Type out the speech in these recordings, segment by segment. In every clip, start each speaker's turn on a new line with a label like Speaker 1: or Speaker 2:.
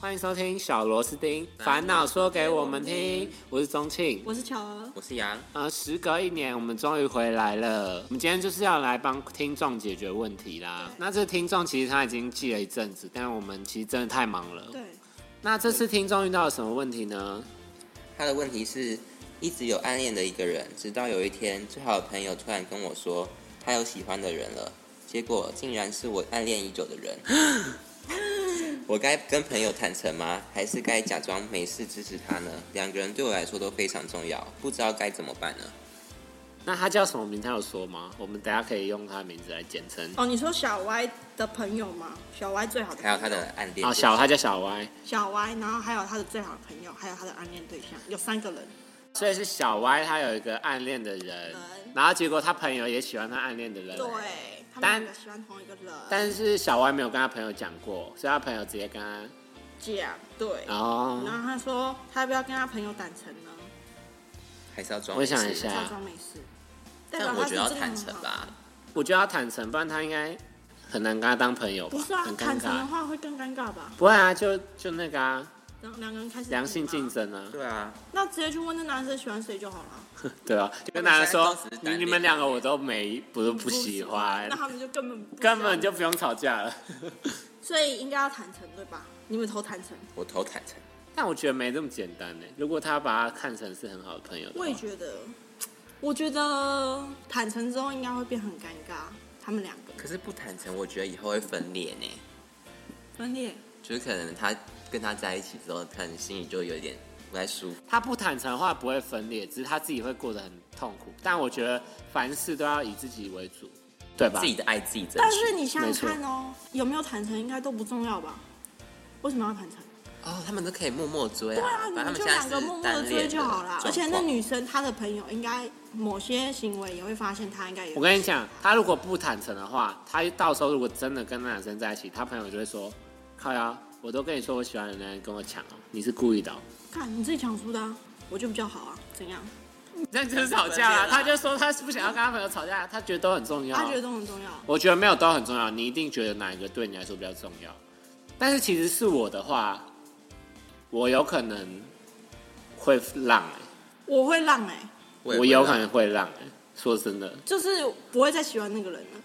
Speaker 1: 欢迎收听小螺丝钉烦恼说给我们听，我是钟庆。
Speaker 2: 我是乔儿，
Speaker 3: 我是杨，
Speaker 1: 呃，时隔一年，我们终于回来了。我们今天就是要来帮听众解决问题啦。那这听众其实他已经记了一阵子，但我们其实真的太忙了。
Speaker 2: 对，
Speaker 1: 那这次听众遇到了什么问题呢？
Speaker 3: 他的问题是，一直有暗恋的一个人，直到有一天，最好的朋友突然跟我说，他有喜欢的人了，结果竟然是我暗恋已久的 人。我该跟朋友坦诚吗？还是该假装没事支持他呢？两个人对我来说都非常重要，不知道该怎么办呢？
Speaker 1: 那他叫什么名？他有说吗？我们等一下可以用他的名字来简称。
Speaker 2: 哦，你说小歪的朋友吗？小歪最好的，
Speaker 3: 还有他的
Speaker 1: 好，
Speaker 3: 暗恋对
Speaker 1: 啊哦小
Speaker 3: 象，
Speaker 1: 他叫小歪，
Speaker 2: 小歪，然后还有他的最好的朋友，还有他的暗恋对象，有三个人。
Speaker 1: 所以是小歪，他有一个暗恋的人，然后结果他朋友也喜欢他暗恋的人，
Speaker 2: 对，他们
Speaker 1: 但
Speaker 2: 两个喜欢同一个人。
Speaker 1: 但是小歪没有跟他朋友讲过，所以他朋友直接跟他，
Speaker 2: 讲对，
Speaker 1: 哦，
Speaker 2: 然后他说他要不要跟他朋友坦诚呢？
Speaker 3: 还是要装
Speaker 1: 我
Speaker 3: 没事。
Speaker 1: 想一
Speaker 2: 假
Speaker 1: 下，
Speaker 2: 装没事。代表
Speaker 3: 但
Speaker 2: 他
Speaker 3: 我
Speaker 2: 是
Speaker 3: 觉得要
Speaker 2: 真的
Speaker 3: 坦
Speaker 2: 很
Speaker 3: 诚
Speaker 2: 好。
Speaker 3: 吧。
Speaker 1: 我觉得要坦诚，不然他应该很难跟他当朋友吧，
Speaker 2: 不是啊
Speaker 1: 很，尴
Speaker 2: 坦诚的
Speaker 1: 尬。
Speaker 2: 话会更尴尬吧？
Speaker 1: 不会啊，就就那个啊，
Speaker 2: 两两个人开始
Speaker 1: 良性竞
Speaker 2: 争，
Speaker 1: 争啊，
Speaker 3: 对啊，
Speaker 2: 那直接去问那男生喜欢谁就好了。
Speaker 1: 对啊，就跟
Speaker 3: 他
Speaker 1: 大家
Speaker 3: 们现在
Speaker 1: 说
Speaker 3: 都只是，
Speaker 1: 你
Speaker 3: 单
Speaker 1: 你
Speaker 3: 恋
Speaker 1: 们两个我都没，不是不喜欢
Speaker 2: 那，他们就根本不
Speaker 1: 根本就不用吵架了。
Speaker 2: 所以应该要坦诚对吧？你们投坦诚，
Speaker 3: 我投坦诚，
Speaker 1: 但我觉得没这么简单呢。如果他把他看成是很好的朋友的
Speaker 2: 我也
Speaker 1: 话，
Speaker 2: 觉得，我觉得坦诚之后应该会变很尴尬，他们两个
Speaker 3: 可是不坦诚，我觉得以后会分裂呢。
Speaker 2: 分裂。
Speaker 3: 就是可能他跟他在一起之后，可能心里就有点不太舒服。
Speaker 1: 他不坦诚的话不会分裂，只是他自己会过得很痛苦。但我觉得凡事都要以自己为主，对吧
Speaker 3: 自？己的爱自己争取。
Speaker 2: 但是你想
Speaker 1: 没
Speaker 2: 想
Speaker 1: 错
Speaker 2: 看哦，有没有坦诚应该都不重要吧？为什么要坦诚？
Speaker 3: 哦，他们都可以默默追啊，
Speaker 2: 对啊，你
Speaker 3: 反正他
Speaker 2: 们就
Speaker 3: 现在
Speaker 2: 两
Speaker 3: 是
Speaker 2: 个默默
Speaker 3: 单
Speaker 2: 的
Speaker 3: 恋
Speaker 2: 追就好啦。
Speaker 3: 状况
Speaker 2: 而且那女生她的朋友应该某些行为也会发现，她应该也
Speaker 1: 我跟你讲，他如果不坦诚的话，他到时候如果真的跟那男生在一起，他朋友就会说：“靠呀，我都跟你说我喜欢的男人跟我抢哦，你是故意的、哦。
Speaker 2: 看你自己讲出的、啊，我就比较好啊，怎样？”
Speaker 1: 那就是吵架啦。
Speaker 3: 分裂啦
Speaker 1: 他就说他不想要跟他朋友吵架，他觉得都很重要。
Speaker 2: 她觉得都很重要。
Speaker 1: 我觉得没有都很重要，你一定觉得哪一个对你来说比较重要。但是其实是我的话，我有可能会让、欸，
Speaker 2: 我会让哎、
Speaker 3: 我也
Speaker 1: 我
Speaker 3: 不知
Speaker 1: 有
Speaker 3: 道
Speaker 1: 可能会让、欸。说真的，
Speaker 2: 就是不会再喜欢那个人了。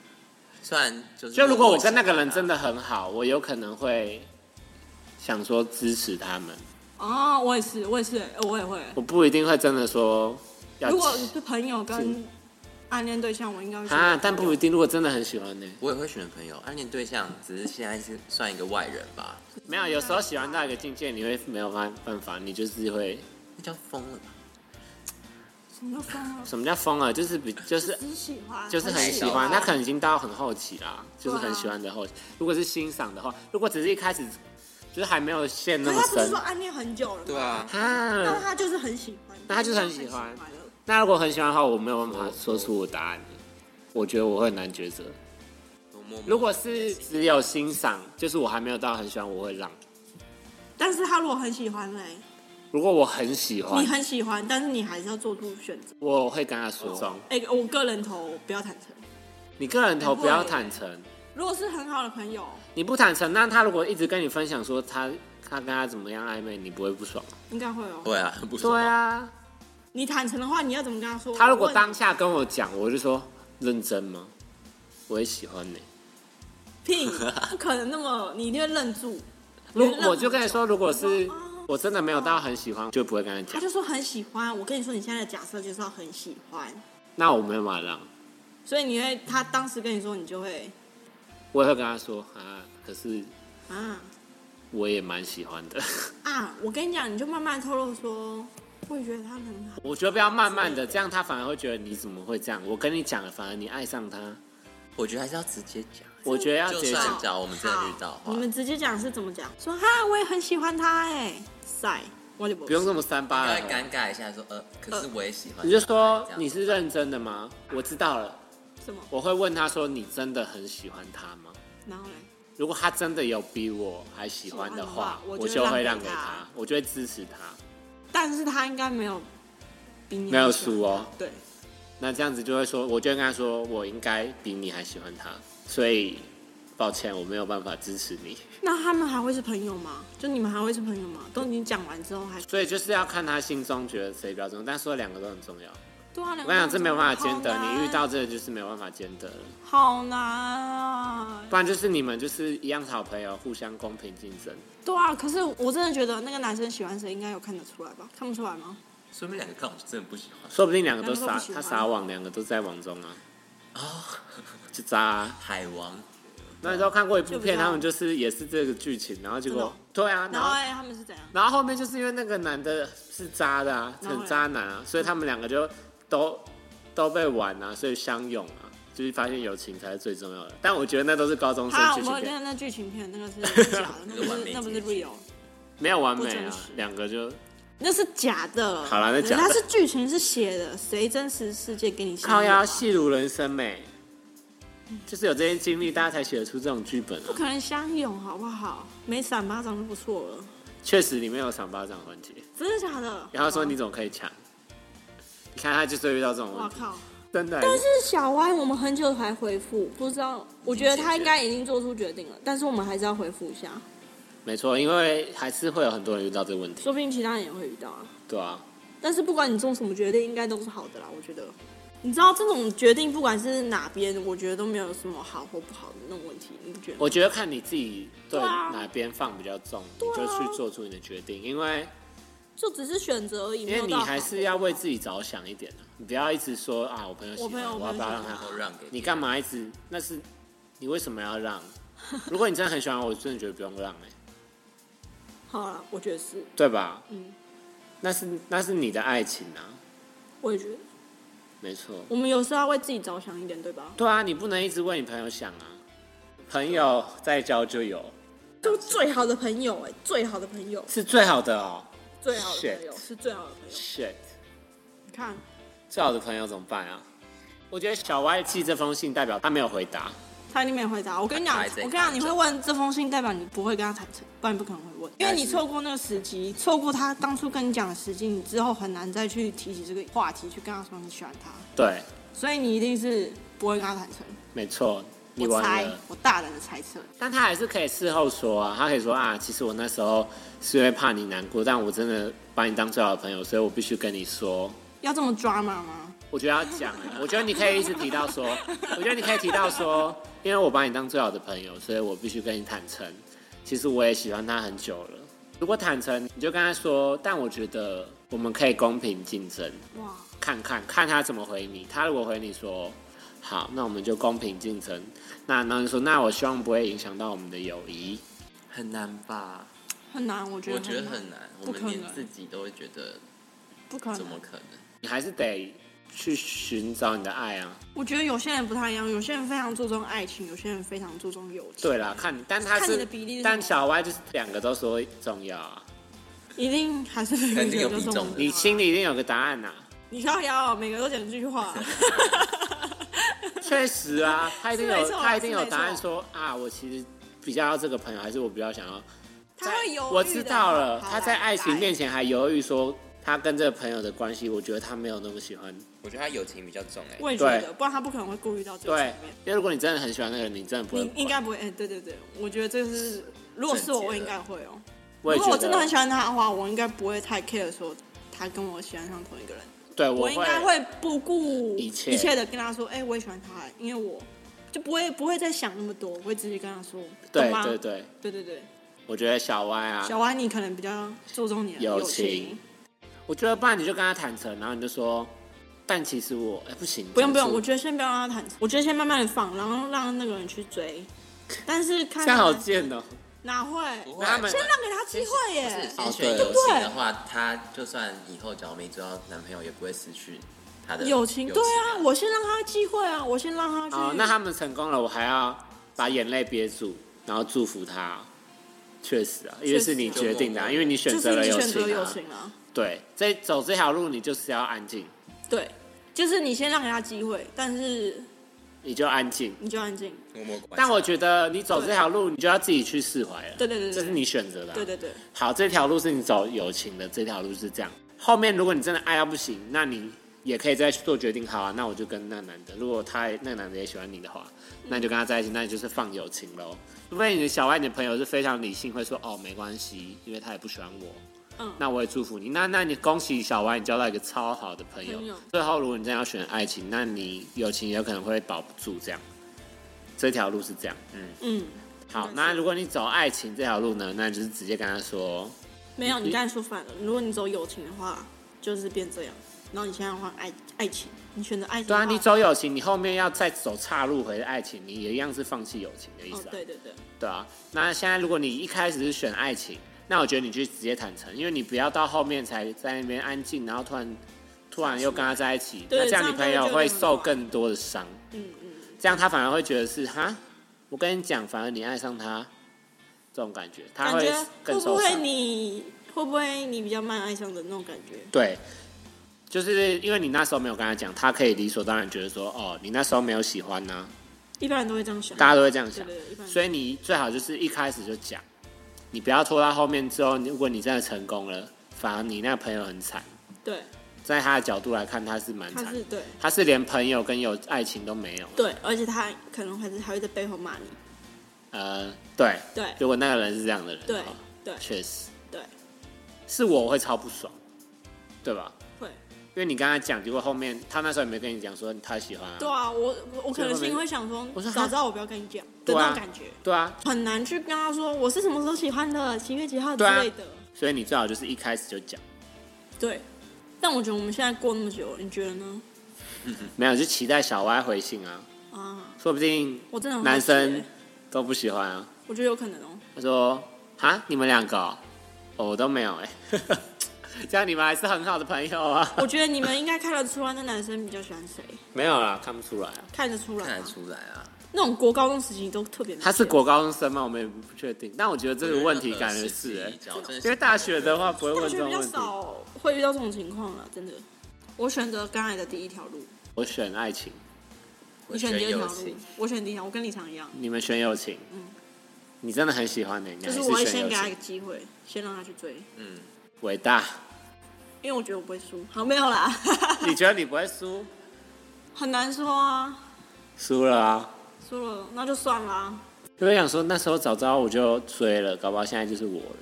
Speaker 3: 虽然就是
Speaker 1: 就如果我跟那个人
Speaker 3: 默默喜欢
Speaker 1: 真
Speaker 3: 啊
Speaker 1: 的很好，我有可能会想说支持他们，
Speaker 2: 哦，我也是，我也是，我也会。
Speaker 1: 我不一定会真的说要
Speaker 2: 如果是朋友跟
Speaker 1: 是
Speaker 2: 暗恋对象，我应该会选
Speaker 1: 啊，但不一定。如果真的很喜欢呢、
Speaker 3: 啊我也会选朋友，暗恋对象只是现在是算一个外人吧，
Speaker 1: 没有，有时候喜欢到一个境界，你会没有办办法，你就是会
Speaker 3: 那叫疯了吧？
Speaker 2: 什么叫疯了？
Speaker 1: 什么叫疯了，就是比就是
Speaker 2: 只喜欢，
Speaker 1: 就是很喜欢，他可能已经到很后期啦，就是很喜欢的后期。如果是欣赏的话，如果只是一开始就是还没有陷那么
Speaker 2: 可是他不是
Speaker 1: 深
Speaker 2: 说，暗恋很久了吗？
Speaker 3: 对啊，
Speaker 2: 那
Speaker 1: 啊，
Speaker 2: 他就是很喜欢，
Speaker 1: 那他就是很喜
Speaker 2: 喜
Speaker 1: 欢
Speaker 2: 了
Speaker 1: 那如果很喜欢的话，我没有办法
Speaker 3: 我
Speaker 1: 说出我答案，我觉得我会很难抉择。
Speaker 3: 我默默
Speaker 1: 如果是只有欣赏，就是我还没有到很喜欢，我会让。
Speaker 2: 但是他如果很喜欢嘞，
Speaker 1: 如果我很喜欢
Speaker 2: 你，很喜欢，但是你还是要做出选择。
Speaker 1: 我会跟他说中。
Speaker 2: 哎，我个人投不要坦诚。
Speaker 1: 你个人头不要
Speaker 2: 不会
Speaker 1: 坦诚，
Speaker 2: 如果是很好的朋友，
Speaker 1: 你不坦诚，那他如果一直跟你分享说他他跟他怎么样暧昧，你不会不爽？
Speaker 2: 应该会哦。
Speaker 3: 对啊，很不错
Speaker 1: 对，啊。
Speaker 2: 你坦诚的话，你要怎么跟他说？
Speaker 1: 他如果
Speaker 2: 问
Speaker 1: 当下跟我讲，我就说认真吗？我也喜欢你、
Speaker 2: 屁，不可能那么，你一定会愣住。
Speaker 1: 如
Speaker 2: 你认
Speaker 1: 我就跟你说，如果是
Speaker 2: 我说哦
Speaker 1: 我真的没有到很喜欢，就不会跟他
Speaker 2: 他
Speaker 1: 讲。
Speaker 2: 就说很喜欢，我跟你说，你现在的假设就是要很喜欢，
Speaker 1: 那我没有马让，
Speaker 2: 所以你会他当时跟你说，你就会
Speaker 1: 我也会跟他说啊，可是
Speaker 2: 啊
Speaker 1: 我也蛮喜欢的。
Speaker 2: 啊！我跟你讲，你就慢慢透露说，我也觉得他很好。
Speaker 1: 我觉得不要慢慢的，这样他反而会觉得你怎么会这样？我跟你讲了，反而你爱上他。
Speaker 3: 我觉得还是要直接讲，
Speaker 1: 我觉得要
Speaker 3: 就
Speaker 1: 结
Speaker 3: 算
Speaker 1: 讲，
Speaker 2: 好
Speaker 3: 假如我们真的遇到的
Speaker 2: 好
Speaker 3: 话
Speaker 2: 你，们直接讲是怎么讲？说哈，我也很喜欢他哎、晒，我就不
Speaker 1: 不用这么三八
Speaker 3: 稍微
Speaker 1: 了。
Speaker 3: 尴尬一下说，呃，可是我也喜欢他，
Speaker 1: 你就说
Speaker 3: 这样
Speaker 1: 你是认真的吗？我知道了，
Speaker 2: 什么，
Speaker 1: 我会问他说你真的很喜欢他吗？
Speaker 2: 然后嘞，
Speaker 1: 如果他真的有比我还喜欢的话，
Speaker 2: 喜欢的话
Speaker 1: 我就会让给
Speaker 2: 我就会让给
Speaker 1: 他
Speaker 2: 他，
Speaker 1: 我就会支持他，
Speaker 2: 但是他应该没有比你
Speaker 1: 没有输哦。
Speaker 2: 哦，对，
Speaker 1: 那这样子就会说，我就会跟他说，我应该比你还喜欢他，所以抱歉，我没有办法支持你。
Speaker 2: 那他们还会是朋友吗？就你们还会是朋友吗？都已经讲完之后还
Speaker 1: 所以就是要看他心中觉得谁比较重要，但说两个都很重要。
Speaker 2: 对啊，
Speaker 1: 我
Speaker 2: 我
Speaker 1: 跟你讲，这没有办法兼得，你遇到这个就是没有办法兼得了。
Speaker 2: 好难啊。
Speaker 1: 不然就是你们就是一样是好朋友，互相公平竞争。
Speaker 2: 对啊，可是我真的觉得那个男生喜欢谁，应该有看得出来吧？看不出来吗？
Speaker 3: 说明两个看我是真的不喜欢
Speaker 1: 说不定两个都
Speaker 2: 两
Speaker 1: 撒
Speaker 2: 个都不喜
Speaker 1: 他
Speaker 2: 欢
Speaker 1: 撒网，两个都在网中啊，
Speaker 3: 哦，
Speaker 1: 就渣、啊。
Speaker 3: 海王
Speaker 1: 那你都看过一部
Speaker 2: 就比
Speaker 1: 片，
Speaker 2: 较
Speaker 1: 他们就是也是这个剧情，然后结
Speaker 2: 真的
Speaker 1: 果
Speaker 2: 哦
Speaker 1: 对啊，然
Speaker 2: 然后
Speaker 1: 后
Speaker 2: 哎、他们是怎样？
Speaker 1: 然后后面就是因为那个男的是渣的啊，
Speaker 2: 然后嘞
Speaker 1: 很渣男啊，所以他们两个就都都被玩啊，所以相拥啊，就是发现友情才是最重要的。但我觉得那都是高中生
Speaker 2: 他
Speaker 1: 剧
Speaker 2: 我
Speaker 1: 情
Speaker 2: 们
Speaker 1: 片，
Speaker 2: 看那剧情片，那个是假的，那不
Speaker 3: 完
Speaker 2: 是
Speaker 3: 美
Speaker 2: 那不是
Speaker 3: 结局
Speaker 2: real，
Speaker 1: 没有完美
Speaker 2: 不真
Speaker 1: 啊
Speaker 2: 实，
Speaker 1: 两个就
Speaker 2: 那是假的。
Speaker 1: 好啦那假的
Speaker 2: 人家是剧情是写的，谁真实世界给你写的
Speaker 1: 靠腰
Speaker 2: 啊？
Speaker 1: 戏如人生美，就是有这些经历，大家才写得出这种剧本
Speaker 2: 不
Speaker 1: 啊。
Speaker 2: 可能相拥，好不好？没闪巴掌就不错了，
Speaker 1: 确实里面有赏巴掌环节，
Speaker 2: 真的假的？
Speaker 1: 然后说你怎么可以抢？你看他就是会遇到这种
Speaker 2: 哇
Speaker 1: 问题，
Speaker 2: 靠！
Speaker 1: 真的。
Speaker 2: 但是小歪，我们很久才回复，不知道，我觉得他应该已经做出决定了，但是我们还是要回复一下，
Speaker 1: 没错，因为还是会有很多人遇到这个问题，
Speaker 2: 说不定其他人也会遇到啊。
Speaker 1: 对啊。
Speaker 2: 但是不管你做什么决定，应该都是好的啦，我觉得。你知道这种决定，不管是哪边，我觉得都没有什么好或不好的那种问题，你不觉得吗？
Speaker 1: 我觉得看你自己对
Speaker 2: 对啊
Speaker 1: 哪边放比较重，你
Speaker 2: 对啊
Speaker 1: 就去做出你的决定，因为
Speaker 2: 就只是选择而已，
Speaker 1: 因为
Speaker 2: 没
Speaker 1: 你
Speaker 2: 有到
Speaker 1: 还是要为自己着想一点啊，你不要一直说啊，我朋友喜
Speaker 2: 我朋
Speaker 1: 欢，
Speaker 2: 友
Speaker 1: 我
Speaker 2: 我
Speaker 1: 要
Speaker 2: 朋
Speaker 1: 不
Speaker 2: 友
Speaker 1: 要
Speaker 2: 喜
Speaker 1: 让
Speaker 2: 欢
Speaker 1: 他好
Speaker 3: 都？让给
Speaker 1: 你干嘛一直？那是你为什么要让？如果你真的很喜欢我，我真的觉得不用让哎、
Speaker 2: 好了，我觉得是，
Speaker 1: 对吧？
Speaker 2: 嗯，
Speaker 1: 那是那是你的爱情啊，
Speaker 2: 我也觉得，
Speaker 1: 没错。
Speaker 2: 我们有时候要为自己着想一点，对 吧？
Speaker 1: 对啊，你不能一直为你朋友想啊，朋友再交就有，
Speaker 2: 就是最好的朋友、哎，最好的朋友，
Speaker 1: 是最好的哦。
Speaker 2: 最好的朋友
Speaker 1: Shit
Speaker 2: 是最好的朋友。
Speaker 1: shit，
Speaker 2: 你看，
Speaker 1: 最好的朋友怎么办啊？我觉得小歪寄这封信代表他没有回答。
Speaker 2: 他一定没回答。我跟你讲，
Speaker 3: 他还
Speaker 2: 我
Speaker 3: 在
Speaker 2: 跟你讲，你会问这封信，代表你不会跟他谈成，不然你不可能会问，因为你错过那个时机，错过他当初跟你讲的时机，你之后很难再去提起这个话题，去跟他说你喜欢他，
Speaker 1: 对，
Speaker 2: 所以你一定是不会跟他谈成。
Speaker 1: 没错，你
Speaker 2: 我
Speaker 1: 完
Speaker 2: 猜
Speaker 1: 了。，
Speaker 2: 我大胆的猜测，
Speaker 1: 但他还是可以事后说啊，他可以说啊，其实我那时候是因为怕你难过，但我真的把你当最好的朋友，所以我必须跟你说。
Speaker 2: 要这么 drama 吗？
Speaker 1: 我觉得要讲、欸，我觉得你可以一直提到说， 我觉得你可以提到说，因为我把你当最好的朋友，所以我必须跟你坦诚，其实我也喜欢他很久了。如果坦诚，你就跟他说，但我觉得我们可以公平竞争，
Speaker 2: 哇，
Speaker 1: 看看看他怎么回你。他如果回你说好，那我们就公平竞争。那然后你说，那我希望不会影响到我们的友谊。
Speaker 3: 很难吧？
Speaker 2: 很难，我觉得
Speaker 3: 我
Speaker 2: 难，
Speaker 3: 觉得很难，我
Speaker 2: 不可
Speaker 3: 们
Speaker 2: 能
Speaker 3: 连自己都会觉得
Speaker 2: 不可
Speaker 3: 怎
Speaker 2: 能。
Speaker 3: 么可能？
Speaker 1: 你还是得去寻找你的爱啊。
Speaker 2: 我觉得有些人不太一样，有些人非常注重爱情，有些人非常注重友情。
Speaker 1: 对啦，看你，但他
Speaker 2: 看你
Speaker 1: 是
Speaker 2: 的比例是什
Speaker 1: 但
Speaker 2: 么
Speaker 1: 小歪就是两个都说重要啊，
Speaker 2: 一定还是每
Speaker 3: 肯
Speaker 2: 个
Speaker 3: 定有
Speaker 2: 人都
Speaker 3: 比
Speaker 2: 重
Speaker 3: 重
Speaker 2: 要
Speaker 3: 的
Speaker 1: 你心里一定有个答案呐、
Speaker 2: 你靠腰，每个都讲这句 话。
Speaker 1: 确实啊，他一定
Speaker 2: 是
Speaker 1: 有
Speaker 2: 没错啊
Speaker 1: 他一定有
Speaker 2: 是没错
Speaker 1: 答案说啊，我其实比较要这个朋友，还是我比较想要。
Speaker 2: 他会犹豫的
Speaker 1: 我知道了，
Speaker 2: 好
Speaker 1: 他在
Speaker 2: 来
Speaker 1: 爱情
Speaker 2: 来
Speaker 1: 面前还犹豫说他跟这个朋友的关系，我觉得他没有那么喜欢。
Speaker 3: 我觉得他友情比较重哎、
Speaker 2: 我也觉得，
Speaker 1: 对
Speaker 2: 不然他不可能会顾虑到这个
Speaker 1: 对
Speaker 2: 层面。，
Speaker 1: 因为如果你真的很喜欢那个人，你真的不会
Speaker 2: 你
Speaker 1: 管。
Speaker 2: 应该不会，哎、对对对，我觉得这是，如果是我，
Speaker 3: 正解的
Speaker 2: 我应该会哦、
Speaker 1: 我也
Speaker 2: 如
Speaker 1: 觉得，
Speaker 2: 果我真的很喜欢他的话，我应该不会太 care 说他跟我喜欢上同一个人，
Speaker 1: 对，
Speaker 2: 我
Speaker 1: 我
Speaker 2: 应该会不顾
Speaker 1: 一切
Speaker 2: 的跟他说，哎、我也喜欢他、因为我就不会不会再想那么多，我会直接跟他说，
Speaker 1: 对
Speaker 2: 懂吗？
Speaker 1: 对对，
Speaker 2: 对对对，
Speaker 1: 我觉得小歪啊，
Speaker 2: 小歪你可能比较注重你的
Speaker 1: 友
Speaker 2: 友
Speaker 1: 情我觉得不然你就跟他坦诚，然后你就说，但其实我哎、不行，
Speaker 2: 不用不
Speaker 1: 这样
Speaker 2: 用，
Speaker 1: 是
Speaker 2: 我觉得先不要让他谈，我觉得先慢慢的放，然后让那个人去追。但是看
Speaker 1: 这样好
Speaker 2: 他
Speaker 1: 贱哦、
Speaker 2: 哪会，
Speaker 3: 不
Speaker 2: 先
Speaker 3: 会
Speaker 1: 他们
Speaker 2: 让给他机会耶
Speaker 3: 是。
Speaker 1: 哦
Speaker 3: 先
Speaker 1: 对
Speaker 3: 选友情的话，她就算以后假如没追到男朋友，也不会失去她的
Speaker 2: 友情，对
Speaker 3: 啊，
Speaker 2: 啊，我先让他机会啊，我先让他去。
Speaker 1: 哦好，那他们成功了，我还要把眼泪憋住，然后祝福他。确实啊，因为是你决定的、啊，
Speaker 3: 就
Speaker 1: 因为你选
Speaker 2: 就
Speaker 1: 择
Speaker 2: 是
Speaker 1: 了
Speaker 2: 你
Speaker 1: 友
Speaker 2: 选择
Speaker 1: 情
Speaker 2: 友
Speaker 1: 啊。
Speaker 2: 情啊，
Speaker 1: 对，这走这条路，你就是要安静，
Speaker 2: 对，就是你先让给他机会，但是
Speaker 1: 你就安静。
Speaker 2: 你就安静。
Speaker 3: 默默关
Speaker 1: 但
Speaker 3: 心。
Speaker 1: 我觉得你走这条路，你就要自己去释怀了。
Speaker 2: 对对对对
Speaker 1: 这是你选择的啊、
Speaker 2: 对对对，
Speaker 1: 好，这条路是你走友情的，这条路是这样。后面如果你真的爱到不行，那你也可以再去做决定。好啊，那我就跟那男的，如果他那男的也喜欢你的话，
Speaker 2: 嗯
Speaker 1: 那你就跟他在一起，那你就是放友情喽。除非你的小爱、你的朋友是非常理性，会说哦没关系，因为他也不喜欢我。
Speaker 2: 嗯
Speaker 1: 那我也祝福你。那那你恭喜小歪，你交到一个超好的朋友。
Speaker 2: 朋友
Speaker 1: 最后，如果你真的要选爱情，那你友情有可能会保不住，这样这条路是这样。嗯，
Speaker 2: 嗯，
Speaker 1: 好
Speaker 2: 没。错
Speaker 1: 那如果你走爱情这条路呢，那你就是直接跟他说，
Speaker 2: 没有，你刚才说反了。如果你走友情的话，就是变这样。然后你现在换爱爱情，你选择爱情的
Speaker 1: 对
Speaker 2: 话。
Speaker 1: 啊，你走友情，你后面要再走岔路回爱情，你也一样是放弃友情的意
Speaker 2: 哦
Speaker 1: 思啊。，
Speaker 2: 对对对，
Speaker 1: 对啊，那现在如果你一开始是选爱情，那我觉得你就直接坦诚，因为你不要到后面才在那边安静，然后突然突然又跟他在一起，
Speaker 2: 对
Speaker 1: 那这样你
Speaker 2: 这样
Speaker 1: 朋友
Speaker 2: 就会
Speaker 1: 会
Speaker 2: 觉得很
Speaker 1: 受
Speaker 2: 怪
Speaker 1: 更多的伤，
Speaker 2: 嗯嗯，
Speaker 1: 这样他反而会觉得是哈，我跟你讲，反而你爱上他，这种感觉，他
Speaker 2: 感
Speaker 1: 会
Speaker 2: 觉
Speaker 1: 更
Speaker 2: 会不
Speaker 1: 受
Speaker 2: 会
Speaker 1: 伤。
Speaker 2: 你会不会你比较慢爱上的那种感觉？
Speaker 1: 对，就是因为你那时候没有跟他讲，他可以理所当然觉得说，哦，你那时候没有喜欢啊呢、
Speaker 2: 一般人都会这样想。
Speaker 1: 大家都会这样
Speaker 2: 对
Speaker 1: 想。
Speaker 2: 对对，一般人
Speaker 1: 所以你最好就是一开始就讲，你不要拖到后面之后，如果你真的成功了，反而你那个朋友很惨。
Speaker 2: 对，
Speaker 1: 在他的角度来看，他是蛮
Speaker 2: 他
Speaker 1: 惨，
Speaker 2: 是对
Speaker 1: 他是连朋友跟有爱情都没有。
Speaker 2: 对，而且他可能还是还会在背后骂你。
Speaker 1: 呃，对，
Speaker 2: 对
Speaker 1: 如果那个人是这样的人，
Speaker 2: 对
Speaker 1: 哦
Speaker 2: 对
Speaker 1: 确实
Speaker 2: 对，
Speaker 1: 是我我会超不爽，对吧？
Speaker 2: 会。
Speaker 1: 因为你刚才讲，结果后面他那时候也没跟你讲说他喜欢啊，
Speaker 2: 对啊，我我我可能心里会想说
Speaker 1: 我说，哈
Speaker 2: 早知道我不要跟你讲的
Speaker 1: 对啊
Speaker 2: 那种感觉，
Speaker 1: 对啊，
Speaker 2: 很难去跟他说我是什么时候喜欢的，几月几号之
Speaker 1: 对啊
Speaker 2: 类的。
Speaker 1: 所以你最好就是一开始就讲，
Speaker 2: 对，但我觉得我们现在过那么久了，你觉得呢？
Speaker 1: 没有就期待小歪回信啊，
Speaker 2: 啊，
Speaker 1: 说不定
Speaker 2: 我真的很好
Speaker 1: 男
Speaker 2: 奇
Speaker 1: 生
Speaker 2: 欸
Speaker 1: 都不喜欢啊。
Speaker 2: 我觉得有可能哦。
Speaker 1: 他说：“啊，你们两个哦、哦我都没有哎、 这样你们还是很好的朋友啊。
Speaker 2: 我觉得你们应该看得出来，那男生比较喜欢谁，”
Speaker 1: 没有啦，看不出来啊。
Speaker 2: 看得出来
Speaker 3: 看
Speaker 2: 啊
Speaker 3: 得。出来啊，
Speaker 2: 那种国高中时期都特别明显。
Speaker 1: 他是国高中生吗？我们也不确定。但我觉得这个问题感觉是
Speaker 3: 啊欸
Speaker 1: 哎、因为大学的话不会
Speaker 2: 大
Speaker 1: 问这
Speaker 2: 学
Speaker 1: 种
Speaker 2: 比较
Speaker 1: 问题。
Speaker 2: 少会遇到这种情况啊了，真的。我选择刚才的第一条路，
Speaker 1: 我选爱情，
Speaker 2: 你选第二条路，我选第一条，我跟李强一样，
Speaker 1: 你们选友情。你真的很喜欢的、你
Speaker 2: 嗯就
Speaker 1: 还
Speaker 2: 是我会
Speaker 1: 是选
Speaker 2: 先
Speaker 1: 友
Speaker 2: 给他一
Speaker 1: 情
Speaker 2: 个。机会，先让他去追，
Speaker 3: 嗯，
Speaker 1: 伟 大，
Speaker 2: 因为我觉得我不会输。好，没有啦，
Speaker 1: 你觉得你不会输？
Speaker 2: 很难说啊，
Speaker 1: 输了啊。
Speaker 2: 输了那就算啦。
Speaker 1: 就会想说，那时候早知道我就追了，搞不好现在就是我了。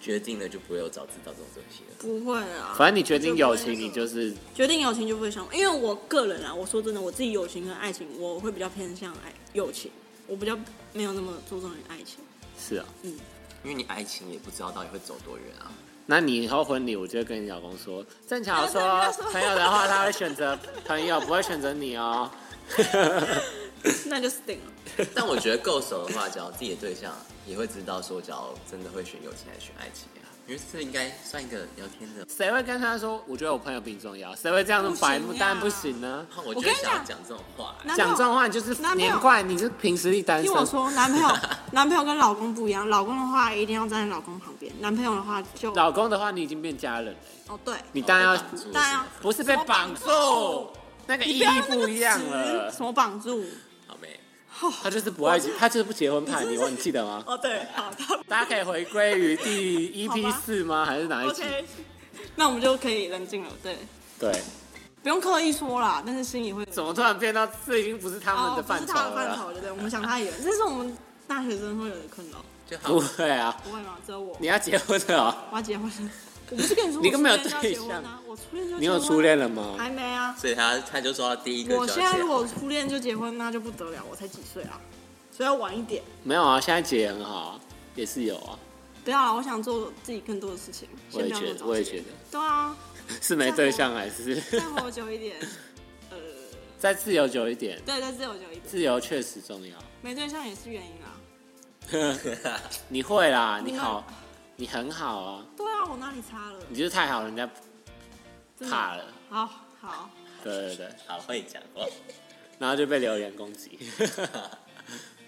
Speaker 3: 决定了就不会有早知道这种东西了。
Speaker 2: 不会啊啦，
Speaker 1: 反正你决定友情，
Speaker 2: 就不会那个
Speaker 1: 你就是
Speaker 2: 决定友情就不会想，因为我个人啊，我说真的，我自己友情跟爱情，我会比较偏向爱友情，我比较没有那么注重于爱情。
Speaker 1: 是啊。
Speaker 3: 因为你爱情也不知道到底会走多远 啊。
Speaker 1: 那你以后婚礼，我就会跟你老公说，正巧说
Speaker 2: 不要说
Speaker 1: 朋友的话，他会选择朋友，不会选择你 哦。
Speaker 2: 那就死定了。
Speaker 3: 但我觉得够熟的话，只要自己的对象也会知道说，只要真的会选友情还是选爱情啊，因为这应该算一个聊天的。
Speaker 1: 谁会跟他说？我觉得我朋友比你重要。谁会这样子
Speaker 2: 不行啊
Speaker 1: 白目？当然不行呢、
Speaker 3: 我
Speaker 2: 跟
Speaker 3: 就
Speaker 2: 你讲
Speaker 3: 想要讲这种话、
Speaker 2: 男朋
Speaker 1: 讲
Speaker 2: 友
Speaker 1: 这种话，你就是
Speaker 2: 那没有
Speaker 1: 年怪，你是凭实力单身
Speaker 2: 听。我说，男朋友，男朋友跟老公不一样，老公的话一定要站在老公旁边，男朋友的话就
Speaker 1: 老公的话，你已经变家人了，
Speaker 2: 哦对，
Speaker 1: 你当然要
Speaker 2: 当然要
Speaker 1: 不是被绑住
Speaker 2: 我绑住，
Speaker 1: 那个
Speaker 2: 你
Speaker 1: 意
Speaker 2: 不要
Speaker 1: 义
Speaker 2: 用那个
Speaker 1: 不一样了
Speaker 2: 词。什么绑住？
Speaker 3: 好没？
Speaker 1: 他就是不 爱，他就是不结婚派，你
Speaker 2: 你真是
Speaker 1: 你记得吗？
Speaker 2: 哦对，好的
Speaker 1: 大家可以回归于第
Speaker 2: 好
Speaker 1: EP
Speaker 2: 吧
Speaker 1: 四吗？还是哪一集？
Speaker 2: ，OK，那我们就可以冷静了，对，
Speaker 1: 对，
Speaker 2: 不用刻意说啦，但是心里会
Speaker 1: 怎么突然变到这已经不是他们
Speaker 2: 哦
Speaker 1: 的
Speaker 2: 不
Speaker 1: 范
Speaker 2: 是
Speaker 1: 畴
Speaker 2: 他的
Speaker 1: 了
Speaker 2: 范？畴，对不对？我们想太远，这是我们大学生会有的困扰，
Speaker 3: 就好
Speaker 1: 不。会啊，
Speaker 2: 不会吗？只有我，
Speaker 1: 你要结婚了哦、
Speaker 2: 我要 结婚了，我不是跟你说
Speaker 1: 你
Speaker 2: 我
Speaker 1: 根本没有
Speaker 2: 初恋
Speaker 1: 对
Speaker 2: 就要结婚啊，我初恋就
Speaker 1: 你有
Speaker 2: 结婚
Speaker 1: 初恋了吗？
Speaker 2: 还没啊？
Speaker 3: 所以他他就说到第一个
Speaker 2: 我
Speaker 3: 就
Speaker 2: 现
Speaker 3: 要
Speaker 2: 在
Speaker 3: 结
Speaker 2: 如
Speaker 3: 婚
Speaker 2: 果初恋就结婚，那就不得了，我才几岁啊，所以要晚一点。
Speaker 1: 没有啊，现在结也很好啊，也是有啊，
Speaker 2: 不要了，我想做自己更多的事情。
Speaker 1: 我也
Speaker 2: 先不
Speaker 1: 觉
Speaker 2: 要那么
Speaker 1: 得，
Speaker 2: 早
Speaker 1: 我也
Speaker 2: 结
Speaker 1: 觉得
Speaker 2: 对啊，
Speaker 1: 是没对象还是
Speaker 2: 再活久一点，呃，
Speaker 1: 再自由久一点，
Speaker 2: 对，再自由久一点，
Speaker 1: 自由确实重要。
Speaker 2: 没对象也是原因啊。
Speaker 1: 你会啦，
Speaker 2: 你
Speaker 1: 你
Speaker 2: 们
Speaker 1: 好，你很好啊，
Speaker 2: 对啊，我哪里差了？
Speaker 1: 你就是太好，人家
Speaker 2: 真的
Speaker 1: 怕了。
Speaker 2: 好好，
Speaker 1: 对对对，
Speaker 3: 好会讲话，
Speaker 1: 然后就被留言攻击。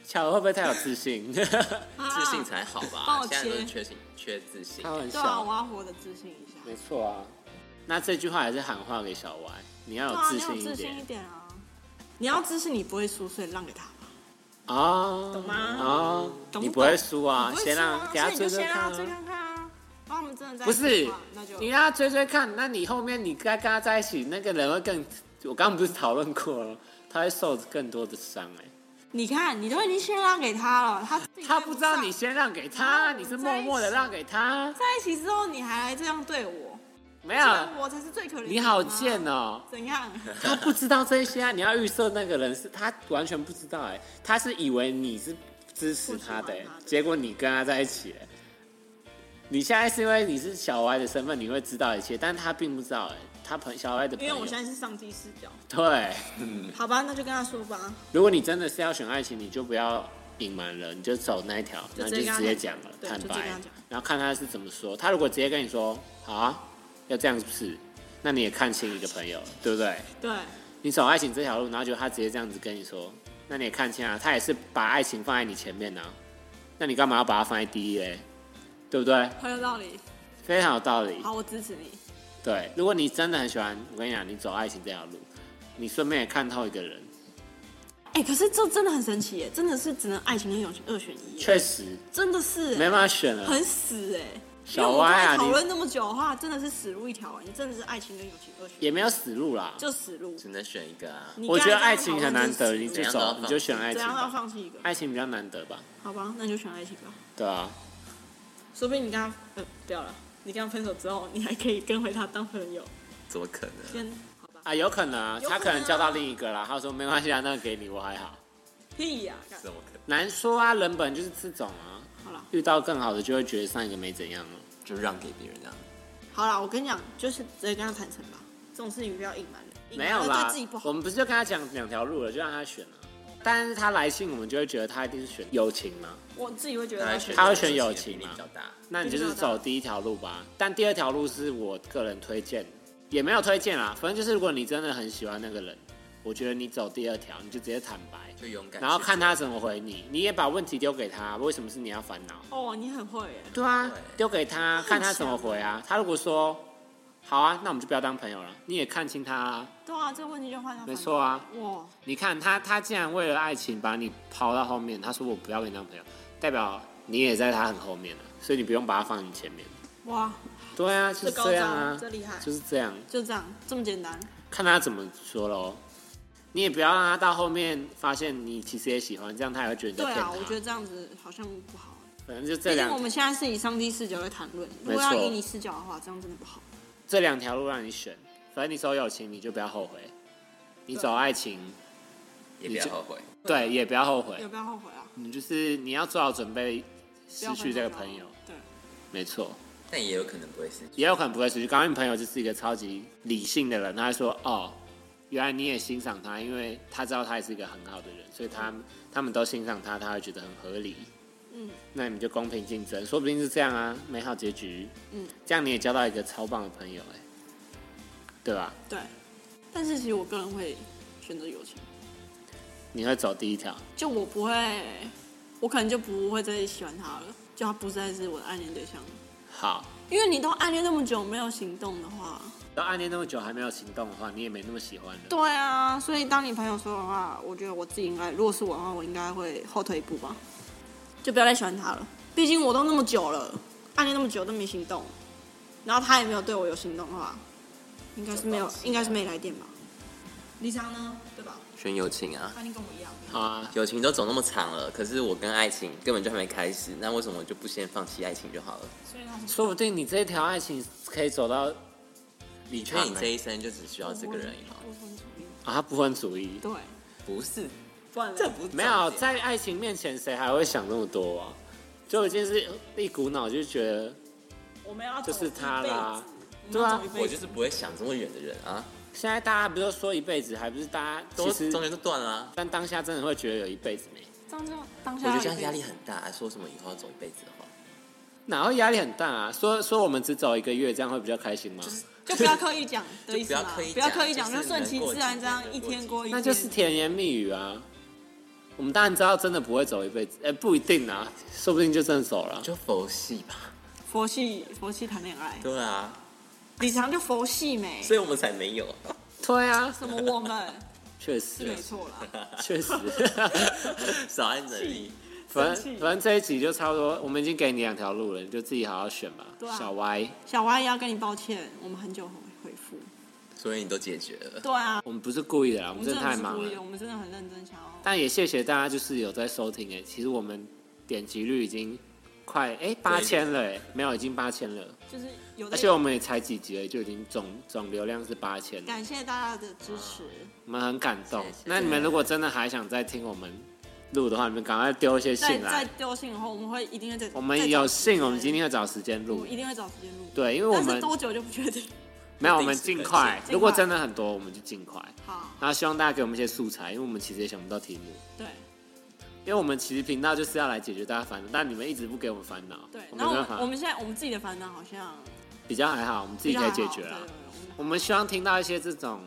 Speaker 1: 巧会不会太有自 信？
Speaker 2: 自
Speaker 3: 自信才好
Speaker 2: 啊
Speaker 3: 吧？
Speaker 2: 帮我
Speaker 3: 现在都是
Speaker 2: 切
Speaker 3: 缺信缺自信
Speaker 1: 开。玩
Speaker 2: 对啊，
Speaker 1: 笑
Speaker 2: 我，要活得自信一下。
Speaker 1: 没错啊。那这句话也是喊话给小歪，你要
Speaker 2: 对
Speaker 1: 有
Speaker 2: 啊，
Speaker 1: 自
Speaker 2: 你要
Speaker 1: 信
Speaker 2: 自
Speaker 1: 一
Speaker 2: 信一
Speaker 1: 点
Speaker 2: 点啊！你要自信，你不会输，所以让给他吧。
Speaker 1: 啊，
Speaker 2: 懂吗
Speaker 1: 啊，
Speaker 2: 懂不懂
Speaker 1: 你不会输啊，
Speaker 2: 你不会
Speaker 1: 先
Speaker 2: 输啊
Speaker 1: 让给他
Speaker 2: 所以
Speaker 1: 追
Speaker 2: 你就
Speaker 1: 追
Speaker 2: 先
Speaker 1: 看
Speaker 2: 让
Speaker 1: 啊
Speaker 2: 他追看看啊。然后我们们真的在
Speaker 1: 不
Speaker 2: 一起
Speaker 1: 是
Speaker 2: 的话那就
Speaker 1: 你让他追追看，那你后面你跟他跟他在一起，那个人会更，我刚刚不是讨论过了，他会受更多的伤哎、
Speaker 2: 你看，你都已经先让给他了，他自己
Speaker 1: 他
Speaker 2: 对
Speaker 1: 不
Speaker 2: 不
Speaker 1: 知道
Speaker 2: 上
Speaker 1: 你先让给他，你是默默的让给他，
Speaker 2: 在一起之后，你还来这样对我，
Speaker 1: 没
Speaker 2: 这
Speaker 1: 有，
Speaker 2: 样我才是最可怜
Speaker 1: 哎
Speaker 2: 的。啊
Speaker 1: 你好贱哦、
Speaker 2: 怎样？
Speaker 1: 他不知道这些啊，你要预设那个人是他完全不知道哎、他是以为你是支持他的、
Speaker 2: 不喜
Speaker 1: 欸
Speaker 2: 欢他，的
Speaker 1: 结果你跟他在一起、欸。你现在是因为你是小歪的身份，你会知道一切，但他并不知道哎、他朋小歪的朋
Speaker 2: 因为
Speaker 1: 友。
Speaker 2: 我现在是上帝视角。
Speaker 1: 对，
Speaker 2: 好吧，那就跟他说吧。
Speaker 1: 如果你真的是要选爱情，你就不要隐瞒了，你就走那一条，
Speaker 2: 就
Speaker 1: 那
Speaker 2: 直
Speaker 1: 就
Speaker 2: 接
Speaker 1: 直接讲了，
Speaker 2: 跟他
Speaker 1: 坦
Speaker 2: 讲对就直接
Speaker 1: 白
Speaker 2: 跟他讲，
Speaker 1: 然后看他是怎么说。他如果直接跟你说好啊，要这样是不是？那你也看清一个朋友，对不对？
Speaker 2: 对，
Speaker 1: 你走爱情这条路，然后就他直接这样子跟你说，那你也看清啊，他也是把爱情放在你前面呢、啊，那你干嘛要把它放在第一嘞？对不对？
Speaker 2: 很有道理。
Speaker 1: 非常有道理。
Speaker 2: 好，我支持你。
Speaker 1: 对，如果你真的很喜欢，我跟你讲，你走爱情这条路，你顺便也看透一个人，
Speaker 2: 哎、可是这真的很神奇耶，真的是只能爱情跟友情二选一耶，
Speaker 1: 确实
Speaker 2: 真的是耶
Speaker 1: 没办法选了。
Speaker 2: 很死哎。因为
Speaker 1: 小
Speaker 2: 我们
Speaker 1: 歪
Speaker 2: 刚才
Speaker 1: 啊，
Speaker 2: 讨
Speaker 1: 你
Speaker 2: 论那么久的话，真的是死路一条哎，你真的是爱情跟友情二选一，
Speaker 1: 也没有死路啦。
Speaker 2: 就死路。
Speaker 3: 只能选一个啊。
Speaker 2: 你
Speaker 1: 我
Speaker 2: 刚
Speaker 1: 觉
Speaker 2: 才
Speaker 1: 得
Speaker 2: 这样
Speaker 1: 爱情很难
Speaker 2: 讨
Speaker 1: 得，
Speaker 2: 论
Speaker 1: 你
Speaker 2: 就是
Speaker 1: 就
Speaker 3: 死路
Speaker 1: 走，你就选爱
Speaker 2: 死路
Speaker 1: 情
Speaker 2: 怎样要
Speaker 1: 吧。
Speaker 2: 放弃一个？
Speaker 1: 爱情比较难得吧？
Speaker 2: 好吧，那你就选爱情吧。
Speaker 1: 对啊，
Speaker 2: 说不定你跟他呃不要了，你跟他分手之后，你还可以跟回他当朋友，
Speaker 3: 怎么可能？
Speaker 2: 先好吧？
Speaker 1: 啊，有可能啊，
Speaker 2: 有可能
Speaker 1: 他
Speaker 2: 啊
Speaker 1: 可能交到另一个啦。他说没关系啊，那个给你，我还好。
Speaker 2: 屁呀、干
Speaker 3: 怎么可能？
Speaker 1: 难说啊，人本就是这种啊，
Speaker 2: 好了
Speaker 1: 遇到更好的就会觉得上一个没怎样了。
Speaker 3: 就让给别人这样。
Speaker 2: 好了，我跟你讲，就是直接跟他坦诚吧，这种事情不要隐瞒了，隐
Speaker 1: 没
Speaker 2: 瞒
Speaker 1: 有
Speaker 2: 了
Speaker 1: 啦
Speaker 2: 对自己不，好
Speaker 1: 我。们不是就跟他讲两条路了，就让他选了。但是他来信，我们就会觉得他一定是选友情嘛，
Speaker 2: 我自己会觉
Speaker 3: 那
Speaker 2: 得
Speaker 3: 选
Speaker 1: 他会选友情
Speaker 3: 比例
Speaker 1: 吗
Speaker 3: 比较大。
Speaker 1: 那你就是走第一条路吧。但第二条路是我个人推荐，也没有推荐啦，反正就是如果你真的很喜欢那个人，我觉得你走第二条，你就直接坦白，
Speaker 3: 就勇敢去做，
Speaker 1: 然后看他怎么回你，你也把问题丢给他，为什么是你要烦恼？
Speaker 2: 哦，你很会耶，
Speaker 1: 对啊
Speaker 3: 对，
Speaker 1: 丢给他看他
Speaker 2: 很
Speaker 1: 怎么
Speaker 2: 强
Speaker 1: 回啊。他如果说好啊，那我们就不要当朋友了。你也看清他、啊，
Speaker 2: 对啊，这个问题就换到
Speaker 1: 没错啊。
Speaker 2: 反正哇，
Speaker 1: 你看他，他竟然为了爱情把你抛到后面，他说我不要跟你当朋友，代表你也在他很后面了，所以你不用把他放你前面。
Speaker 2: 哇，
Speaker 1: 对啊，就是
Speaker 2: 这高
Speaker 1: 这样
Speaker 2: 招，
Speaker 1: 啊
Speaker 2: 这，厉害，
Speaker 1: 就是这样，
Speaker 2: 就这样，这么简单。
Speaker 1: 看他怎么说喽。你也不要让他到后面发现你其实也喜欢，这样他也会觉得你在
Speaker 2: 对
Speaker 1: 骗他。
Speaker 2: 啊，我觉得这样子好像不好。
Speaker 1: 反正就
Speaker 2: 毕
Speaker 1: 这
Speaker 2: 竟
Speaker 1: 两
Speaker 2: 我们现在是以上帝视角在谈论，如
Speaker 1: 没
Speaker 2: 果要
Speaker 1: 错
Speaker 2: 以你视角的话，这样真的不好。
Speaker 1: 这两条路让你选，反正你走友情你就不要后悔，你
Speaker 2: 对
Speaker 1: 走爱
Speaker 2: 嗯
Speaker 1: 情
Speaker 3: 也不要后悔。
Speaker 1: 对也不要后悔
Speaker 2: 有。不要后悔啊？
Speaker 1: 你就是你要做好准备
Speaker 2: 不
Speaker 1: 失
Speaker 2: 要
Speaker 1: 去
Speaker 2: 分
Speaker 1: 这个
Speaker 2: 手
Speaker 1: 朋友，，
Speaker 2: 对，
Speaker 1: 没错，
Speaker 3: 但也有可能不会失去。
Speaker 1: 也有可能不会失去。刚刚你朋友就是一个超级理性的人，他会说哦，原来你也欣赏他，因为他知道他也是一个很好的人，所以他他们都欣赏他，他会觉得很合理。
Speaker 2: 嗯，
Speaker 1: 那你们就公平竞争，说不定是这样啊，美好结局。
Speaker 2: 嗯，
Speaker 1: 这样你也交到一个超棒的朋友、哎，对吧？
Speaker 2: 对。但是其实我个人会选择友情，
Speaker 1: 你会走第一条，
Speaker 2: 就我不会，我可能就不会再喜欢他了，就他不再是我的暗恋对象了。
Speaker 1: 好。
Speaker 2: 因为你都暗恋那么久没有行动的话，
Speaker 1: 都暗恋那么久还没有行动的话，你也没那么喜欢了。
Speaker 2: 对啊，所以当你朋友说的话，我觉得我自己应该，如果是我的话，我应该会后退一步吧，就不要再喜欢他了。毕竟我都那么久了，暗恋那么久都没行动，然后他也没有对我有行动的话，应该是没有，应该是没来电吧。李常呢？对吧？
Speaker 3: 选友情啊，
Speaker 2: 他一定跟我一样。
Speaker 1: 好啊，
Speaker 3: 友情都走那么长了，可是我跟爱情根本就还没开始，那为什么就不先放弃爱情就好了？
Speaker 2: 所以他是
Speaker 1: 说不定你这条爱情可以走到啊
Speaker 3: 你确定你这一生就只需要这个人吗？
Speaker 2: 不分主义。
Speaker 1: 啊不婚主义。
Speaker 2: 对，
Speaker 3: 不是，
Speaker 2: 不然
Speaker 3: 这不是
Speaker 1: 没有
Speaker 3: 重点
Speaker 1: 在爱情面前，谁还会想那么多啊？就已经是一股脑就觉得，
Speaker 2: 我们要
Speaker 1: 走就是他啦
Speaker 2: 一辈子。
Speaker 1: 对啊
Speaker 2: 我们要走一辈子
Speaker 3: 我就是不会想这么远的人啊，
Speaker 1: 现在大家不是都说一辈子，还不是大家
Speaker 3: 都
Speaker 1: 其
Speaker 3: 中
Speaker 1: 实，
Speaker 3: 间就断了、啊。
Speaker 1: 但当下真的会觉得有一辈子没，
Speaker 2: 当下当
Speaker 3: 我觉
Speaker 2: 下要
Speaker 3: 得
Speaker 2: 一辈子，
Speaker 3: 这样压力很大，说什么以后要走一辈子的话，
Speaker 1: 哪会压力很大啊？说说我们只走一个月，这样会比较开心吗？
Speaker 2: 就不要刻意讲的意思嘛，
Speaker 3: 就
Speaker 2: 不
Speaker 3: 不要
Speaker 2: 要
Speaker 3: 刻
Speaker 2: 刻
Speaker 3: 意
Speaker 2: 意
Speaker 3: 讲
Speaker 2: 讲，
Speaker 3: 就
Speaker 2: 就是顺其自然，这样
Speaker 3: 能过几
Speaker 2: 一
Speaker 3: 天
Speaker 2: 天过一天。
Speaker 1: 那就是甜言蜜语啊。我们当然知道真的不会走一辈子，哎、不一定啊，说不定就真的走了。
Speaker 3: 就佛系吧。
Speaker 2: 佛系佛系谈恋爱，
Speaker 3: 对啊，
Speaker 2: 李强就佛系没，
Speaker 3: 所以我们才没有。
Speaker 1: 对啊，
Speaker 2: 什么我们
Speaker 1: 确
Speaker 2: 是
Speaker 1: 实
Speaker 2: 没，错啦。
Speaker 1: 确实。
Speaker 3: 少安能力，
Speaker 1: 反
Speaker 2: 生
Speaker 1: 正
Speaker 2: 气
Speaker 1: 反正这一集就差不多，我们已经给你两条路了，你就自己好好选吧。
Speaker 2: 对啊
Speaker 1: 小歪，
Speaker 2: 小歪要跟你抱歉，我们很久后回复。
Speaker 3: 所以你都解决了。
Speaker 2: 对啊，
Speaker 1: 我们不是故意的啦，我
Speaker 2: 我
Speaker 1: 们
Speaker 2: 们
Speaker 1: 真
Speaker 2: 真
Speaker 1: 的太
Speaker 2: 的不是
Speaker 1: 忙
Speaker 2: 故意
Speaker 1: 了
Speaker 2: 的，。我们真的很认真想要。
Speaker 1: 但也谢谢大家，就是有在收听诶、欸其实我们点击率已经快哎八千了诶、没有，已经八千了。
Speaker 2: 就是有
Speaker 1: 而
Speaker 2: 在
Speaker 1: 且我们也才几集而已，就已经总总流量是八千了，
Speaker 2: 感谢大家的支持，
Speaker 1: 我们很感动
Speaker 3: 谢谢。
Speaker 1: 那你们如果真的还想再听我们录的话，你们赶快丢一些
Speaker 2: 再
Speaker 1: 信
Speaker 2: 再
Speaker 1: 来。
Speaker 2: 丢信以后，我们会一定会再
Speaker 1: 我们
Speaker 2: 再
Speaker 1: 有
Speaker 2: 找时间
Speaker 1: 信，我们今天要找时间
Speaker 2: 我
Speaker 1: 录
Speaker 2: 们。一定会找时间录，
Speaker 1: 对，因为我
Speaker 2: 但是
Speaker 1: 们
Speaker 2: 多久就不确定。
Speaker 1: 没有，我们
Speaker 3: 定时
Speaker 1: 尽
Speaker 3: 更
Speaker 1: 快。
Speaker 2: 新
Speaker 1: 如果
Speaker 2: 尽快
Speaker 1: 真的很多，我们就尽快。
Speaker 2: 好，
Speaker 1: 然后希望大家给我们一些素材，因为我们其实也想不到题目，
Speaker 2: 对
Speaker 1: 因为我们其实频道就是要来解决大家烦恼，但你们一直不给我们烦恼，
Speaker 2: 对。
Speaker 1: 我
Speaker 2: 然
Speaker 1: 们
Speaker 2: 后
Speaker 1: 没
Speaker 2: 我
Speaker 1: 办
Speaker 2: 们我
Speaker 1: 法，
Speaker 2: 们现在我们自己的烦恼好像
Speaker 1: 比较还好，我们自
Speaker 2: 比
Speaker 1: 己
Speaker 2: 较
Speaker 1: 可以
Speaker 2: 还
Speaker 1: 解
Speaker 2: 好
Speaker 1: 决啊啦
Speaker 2: 对。对对
Speaker 1: 我们希望听到一些这种，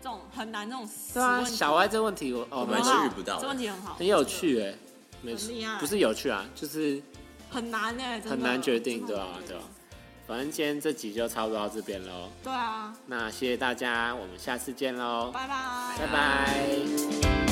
Speaker 2: 这种很难这种死
Speaker 1: 对啊，
Speaker 2: 问题
Speaker 1: 小歪这问题我哦
Speaker 3: 我
Speaker 1: 蛮
Speaker 3: 们
Speaker 2: 很好
Speaker 3: 是遇不到的
Speaker 2: 这问题很好，
Speaker 1: 很有趣哎、没
Speaker 2: 啊很厉害
Speaker 1: 不是有趣啊，就是
Speaker 2: 很难哎，真的
Speaker 1: 很难决定，
Speaker 2: 真
Speaker 1: 对
Speaker 2: 的
Speaker 1: 啊
Speaker 2: 很难？决
Speaker 1: 对
Speaker 2: 定
Speaker 1: 啊。反正今天这集就差不多到这边喽，
Speaker 2: 对啊，
Speaker 1: 那谢谢大家，我们下次见喽，
Speaker 2: 拜拜
Speaker 1: 拜。拜